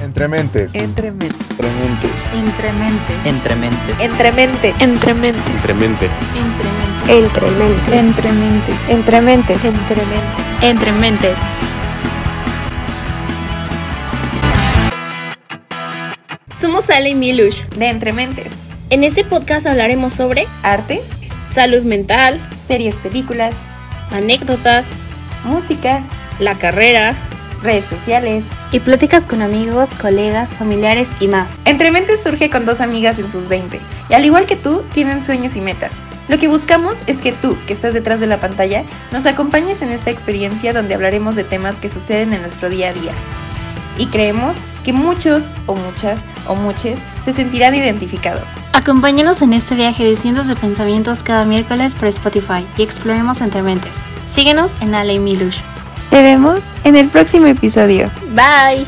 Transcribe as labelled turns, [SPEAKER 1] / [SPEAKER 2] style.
[SPEAKER 1] Entre mentes.
[SPEAKER 2] Entre mentes.
[SPEAKER 3] Entre mentes.
[SPEAKER 4] Entre mentes.
[SPEAKER 5] Entre mentes.
[SPEAKER 2] Entre mentes.
[SPEAKER 6] Entre mentes.
[SPEAKER 7] Entre mentes.
[SPEAKER 6] Entre mentes.
[SPEAKER 4] Entre mentes.
[SPEAKER 6] Entre mentes.
[SPEAKER 4] Entre mentes. Entre mentes.
[SPEAKER 8] Somos Ale y Milush.
[SPEAKER 2] De Entre mentes.
[SPEAKER 8] En este podcast hablaremos sobre
[SPEAKER 2] Arte,
[SPEAKER 8] salud mental,
[SPEAKER 2] series, películas,
[SPEAKER 8] anécdotas,
[SPEAKER 2] música,
[SPEAKER 8] la carrera.
[SPEAKER 2] redes sociales.
[SPEAKER 4] Y pláticas con amigos, colegas, familiares y más.
[SPEAKER 2] Entre mentes surge con dos amigas en sus 20 y al igual que tú tienen sueños y metas. Lo que buscamos es que tú, que estás detrás de la pantalla, nos acompañes en esta experiencia donde hablaremos de temas que suceden en nuestro día a día. Y creemos que muchos o muchas o muchos se sentirán identificados.
[SPEAKER 4] Acompáñanos en este viaje de cientos de pensamientos cada miércoles por Spotify y exploremos entre mentes. Síguenos en Ale y Milush.
[SPEAKER 2] Te vemos en el próximo episodio.
[SPEAKER 8] Bye.